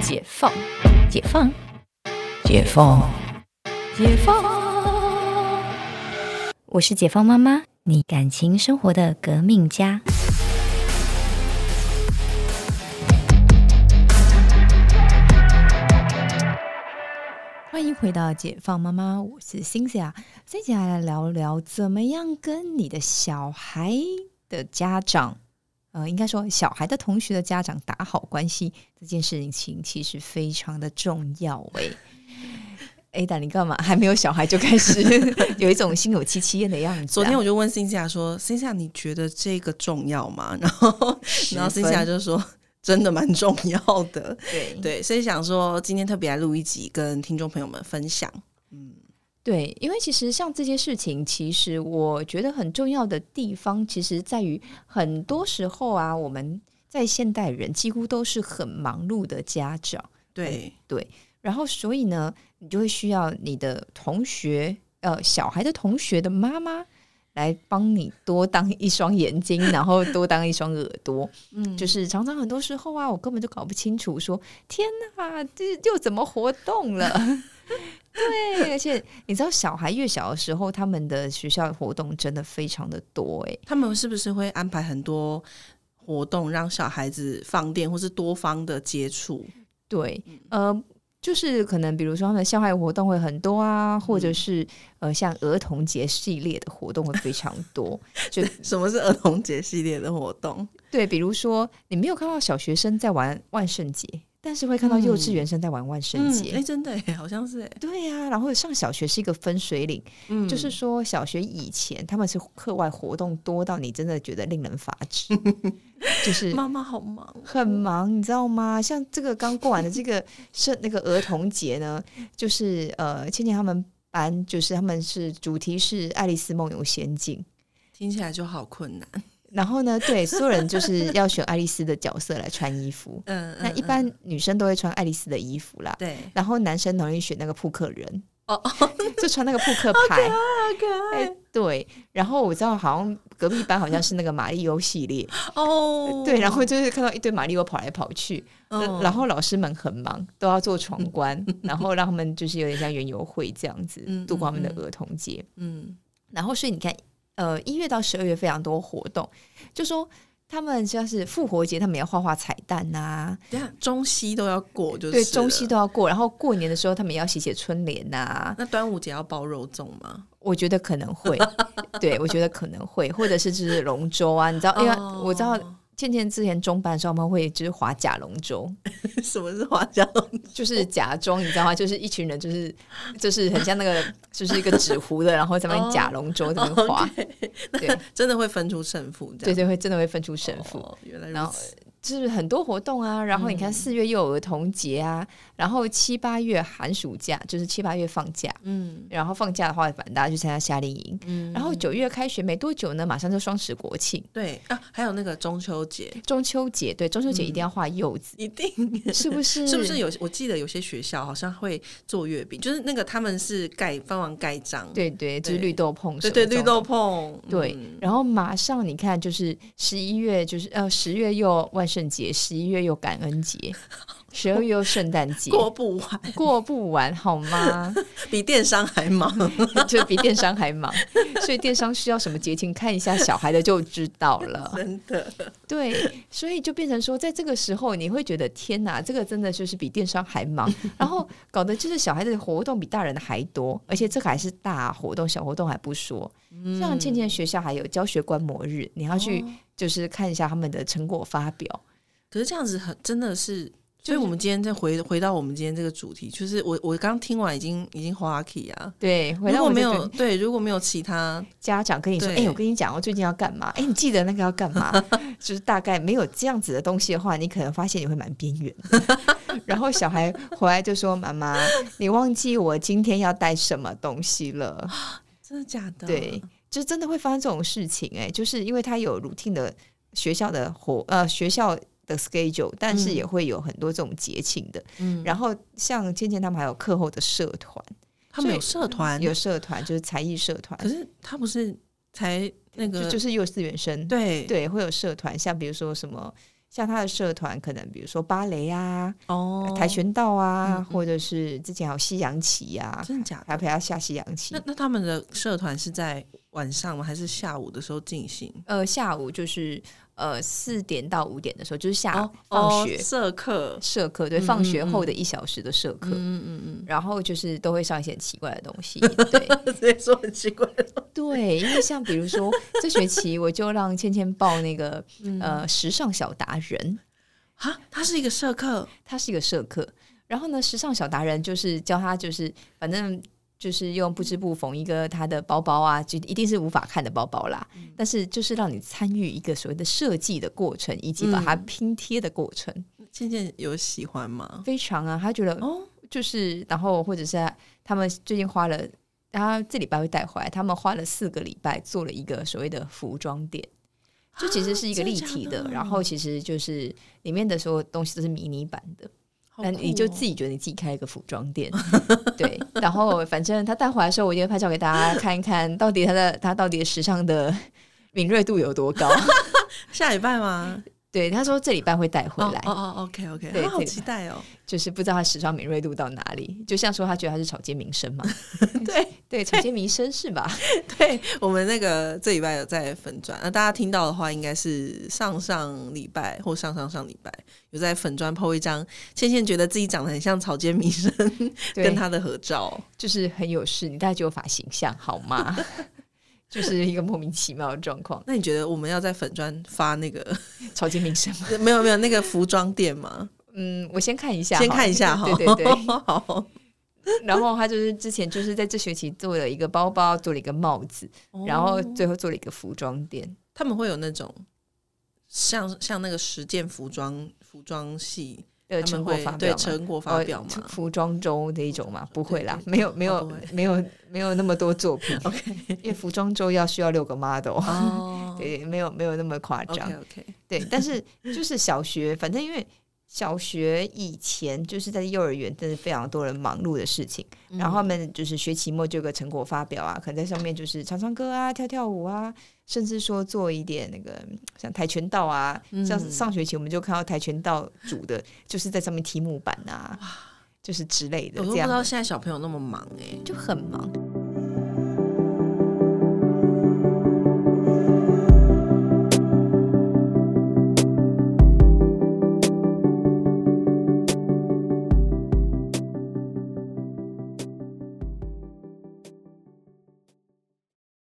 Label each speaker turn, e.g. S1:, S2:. S1: 解放，解放，解放，解放。
S2: 我是解放妈妈，你感情生活的革命家。
S1: 欢迎回到解放妈妈，我是星星啊。这集来聊聊怎么样跟你的小孩的家长，呃，应该说小孩的同学的家长打好关系这件事情，其实非常的重要诶、 哎，但你干嘛还没有小孩就开 始有一种心有戚戚焉的样子啊、
S3: 昨天我就问辛西亚说：“辛西亚，你觉得这个重要吗？” 然后，然后辛西亚就说：“真的蛮重要的。
S1: 对”
S3: 对，所以想说今天特别来录一集，跟听众朋友们分享。
S1: 对，因为其实像这些事情，其实我觉得很重要的地方，其实在于很多时候啊，我们在现代人几乎都是很忙碌的家长，
S3: 对，
S1: 然后所以呢，你就会需要你的同学，呃，小孩的同学的妈妈来帮你多当一双眼睛，然后多当一双耳朵。
S3: 嗯
S1: 就是常常很多时候啊，我根本就搞不清楚说，天哪，这又怎么活动了？对，而且你知道，小孩越小的时候，他们的学校活动真的非常的多欸诶、
S3: 他们是不是会安排很多活动让小孩子放电，或是多方的接触？
S1: 对，
S3: 嗯
S1: 呃，就是可能比如说他们的校外活动会很多啊，或者
S3: 嗯
S1: 是呃，像儿童节系列的活动会非常多。就
S3: 什么是儿童节系列的活动？
S1: 对，比如说你没有看到小学生在玩万圣节，但是会看到幼稚园生在玩万圣
S3: 嗯，
S1: 节。
S3: 哎、真的耶，好像是耶，
S1: 对呀、然后上小学是一个分水岭，
S3: 嗯
S1: 就是说，小学以前他们是课外活动多到你真的觉得令人发 指，就是
S3: 妈妈好忙，
S1: 很忙，你知道吗？像这个刚过完的这 个是那个儿童节呢，就是呃，倩倩他们班就是他们是主题是《爱丽丝梦游仙境》，
S3: 听起来就好困难。
S1: 然后呢，对所有人就是要选爱丽丝的角色来穿衣服，
S3: 嗯，
S1: 那
S3: 嗯
S1: 一
S3: 嗯
S1: 般女生都会穿爱丽丝的衣服啦。
S3: 对，
S1: 然后男生容易选那个扑克人，
S3: 哦哦，
S1: 就穿那个扑克牌，
S3: 好可
S1: 哎、
S3: 爱
S1: 对，然后我知道好像隔壁班好像是那个马里欧系列，
S3: 哦。
S1: 对，然后就是看到一堆马里欧跑来跑去，
S3: 嗯
S1: 然后老师们很忙，都要做闯关，然后让他们就是有点像园游会这样子
S3: 嗯
S1: 度过他们的
S3: 嗯
S1: 儿童节。
S3: 嗯，
S1: 然后所以你看，呃，一月到十二月非常多活动，就说他们像是复活节，他们也要画画彩蛋呐、
S3: 等一下中西都要过，就是
S1: 对，中西
S3: 了
S1: 都要过，然后过年的时候他们也要写写春联呐、
S3: 那端午节要包肉粽吗？
S1: 我觉得可能 会，对我觉得可能会，或者是就是龙舟啊，你知道，因为我知道
S3: 哦
S1: 倩倩之前中班的时候，他们会就是划假龙舟，
S3: 什么是花椒，
S1: 就是假装你知道吗？就是一群人，就是就是很像那个， 就是一个纸糊的，然后在那边
S3: 哦
S1: 假龙舟在那边划，对
S3: 真的会分出胜负这
S1: 对
S3: 样。
S1: 对，会真的会分出胜负。
S3: 哦，嗯原来
S1: 然
S3: 如
S1: 后
S3: 此。
S1: 就是很多活动啊，然后你看四月又有儿童节啊，然后七八月寒暑假就是七八月放假，
S3: 嗯
S1: 然后放假的话，反正大家去参加夏令营。
S3: 嗯，
S1: 然后九月开学没多久呢，马上就双十国庆、
S3: 对啊，还有那个中秋节，
S1: 中秋节，对，中秋节一定要画柚 子，
S3: 一定
S1: 是不是？
S3: 是不是有？我记得有些学校好像会做月饼，就是那个他们是盖帮忙盖章，
S1: 对对，就是
S3: 对
S1: 绿豆椪什
S3: 对
S1: 么这
S3: 对，
S1: 种
S3: 绿豆椪，
S1: 对
S3: 嗯，
S1: 然后马上你看，就是十一月，就是呃十月又万圣节，十一月又感恩节，十二月又圣诞节，
S3: 过不完，
S1: 过不完好吗？
S3: 比电商还忙。
S1: 就比电商还忙， 所以电商需要什么节庆，看一下小孩的就知道了。
S3: 真的，
S1: 对，所以就变成说，在这个时候，你会觉得天哪，这个真的就是比电商还 忙，然后搞得就是小孩子的活动比大人的还多，而且这个还是大活动，小活动还不说。
S3: 嗯
S1: 像倩倩学校还有教学观摩日，你要
S3: 哦
S1: 去就是看一下他们的成果发表。
S3: 可是这样子很真的是，所以我们今天再回回到我们今天这个主题，就是我我刚听完已经已经花 key 啊，
S1: 对，回
S3: 如
S1: 到
S3: 果
S1: 我们
S3: 没
S1: 这
S3: 有
S1: 个
S3: 对，如果没有其他，
S1: 家长跟你说，哎、
S3: 对
S1: 我跟你讲，我最近要 干嘛？哎、你记得那个要干嘛？就是大概没有这样子的东西的话，你可能发现你会蛮边缘 的。然后小孩回来就说：“妈妈，你忘记我今天要带什么东西了
S3: 真的假？”的？
S1: 对，就真的会发生这种事情、哎，就是因为他有 routine 的学校的活呃学校的 schedule，但是
S3: 嗯
S1: 也会有很多这种节庆的。
S3: 嗯，然
S1: 然后像倩倩他们还有课后的社团，
S3: 后他们有
S1: 所
S3: 社团，
S1: 有社团就是才艺社团，
S3: 嗯可是他不是才那个
S1: 就就是幼稚园生
S3: 对
S1: 对会有社团，像比如说什么像他的社团，可能比如说芭蕾啊、
S3: 哦
S1: 跆拳道啊，
S3: 嗯嗯
S1: 或者是之前还有西洋棋啊，
S3: 真的假
S1: 还
S3: 的？
S1: 陪他下西洋棋
S3: 那。那他们的社团是在晚上吗？还是下午的时候进行？
S1: 呃，下午就是呃四点到五点的时候，就是下、
S3: 哦，
S1: 放
S3: 哦
S1: 学、
S3: 社课，
S1: 社课，对，
S3: 嗯
S1: 放学
S3: 嗯
S1: 后
S3: 嗯
S1: 的一小时的社课。
S3: 嗯嗯
S1: 然后就是都会上一些很奇怪的东 西，对
S3: 嗯，直接说很奇怪。
S1: 对，因为像比如说这学期我就让芊芊报那个
S3: 呃，
S1: 呃时尚小达人，
S3: 啊，它是一个社课，
S1: 他是一个社课。然后呢，时尚小达人就是教他，就是反正就是用布织布缝一个他的包包啊，就一定是无法看的包包啦。
S3: 嗯
S1: 但是就是让你参与一个所谓的设计的过程，以及把它
S3: 嗯
S1: 拼贴的过程，
S3: 倩倩有喜欢吗？
S1: 非常啊，他觉得
S3: 哦，
S1: 就是，然后或者是他们最近花了。他这礼拜会带回来，他们花了四个礼拜做了一个所谓的服装店，就其实是一个
S3: 啊
S1: 立
S3: 真
S1: 体
S3: 假
S1: 的，
S3: 的
S1: 然后其实就是里面的所有东西都是迷你版的，
S3: 好
S1: 那你
S3: 酷
S1: 就
S3: 哦
S1: 自己觉得你自己开了一个服装店， 对。然后反正他带回来的时候，我就会拍照给大家看一看，到底他的他到底时尚的 敏锐度有多高。
S3: 下礼拜吗？
S1: 对，他说这礼拜会带回来，
S3: 哦哦哦，OK OK，
S1: 对
S3: 好
S1: 这个
S3: 期 待哦。
S1: 就是不知道他时尚敏锐度到哪里。就像说他觉得他是草间弥 生嘛，对对，草间弥生是吧？
S3: 对我们那个这礼拜有在粉砖，那、大家听到的话，应该是上上礼拜或上上上礼拜有在粉砖 PO 一张倩倩觉得自己长得很像草间弥生
S1: 对
S3: 跟，她的合照。
S1: 就是很有事，你大概只有发形象好吗？ 就是一个莫名其妙的状况，
S3: 那你觉得我们要在粉砖发那个
S1: 草间弥生吗。
S3: 没有没有那个服装店吗？
S1: 嗯，我先看一下好了，
S3: 先看 一下哈。
S1: 对对对。
S3: 好。
S1: 然后他就是之前就是在这学期做了一个包包，做了一个帽子，然后
S3: 哦
S1: 最后做了一个服装店。
S3: 他们会有那种像像那个实践服装服装系，
S1: 呃，
S3: 他
S1: 成
S3: 们
S1: 果
S3: 会
S1: 发表
S3: 对
S1: 嘛
S3: 成果发
S1: 呃
S3: 表嘛、哦
S1: 服装周那一种嘛，不会啦，
S3: 对
S1: 没有没
S3: 哦
S1: 有
S3: 不会，
S1: 没有没有那么多作品
S3: OK，
S1: 因为服装周要需要六个 model，
S3: 哦
S1: 对，没有没有那么夸张
S3: ，OK，OK，
S1: 对，但是就是小学，反正因为小学以前就是在幼儿园，真的非常多人忙碌的事情，
S3: 嗯
S1: 然后他们就是学期末就有个成果发表啊，可能在上面就是唱唱歌啊、跳跳舞啊，甚至说做一点那个像跆拳道啊，像
S3: 嗯
S1: 上学期我们就看到跆拳道组的，就是在上面踢木板啊，就是之类的
S3: 我都
S1: 这
S3: 不知
S1: 样
S3: 道
S1: 的，
S3: 现在小朋友那么忙哎、
S1: 就很忙。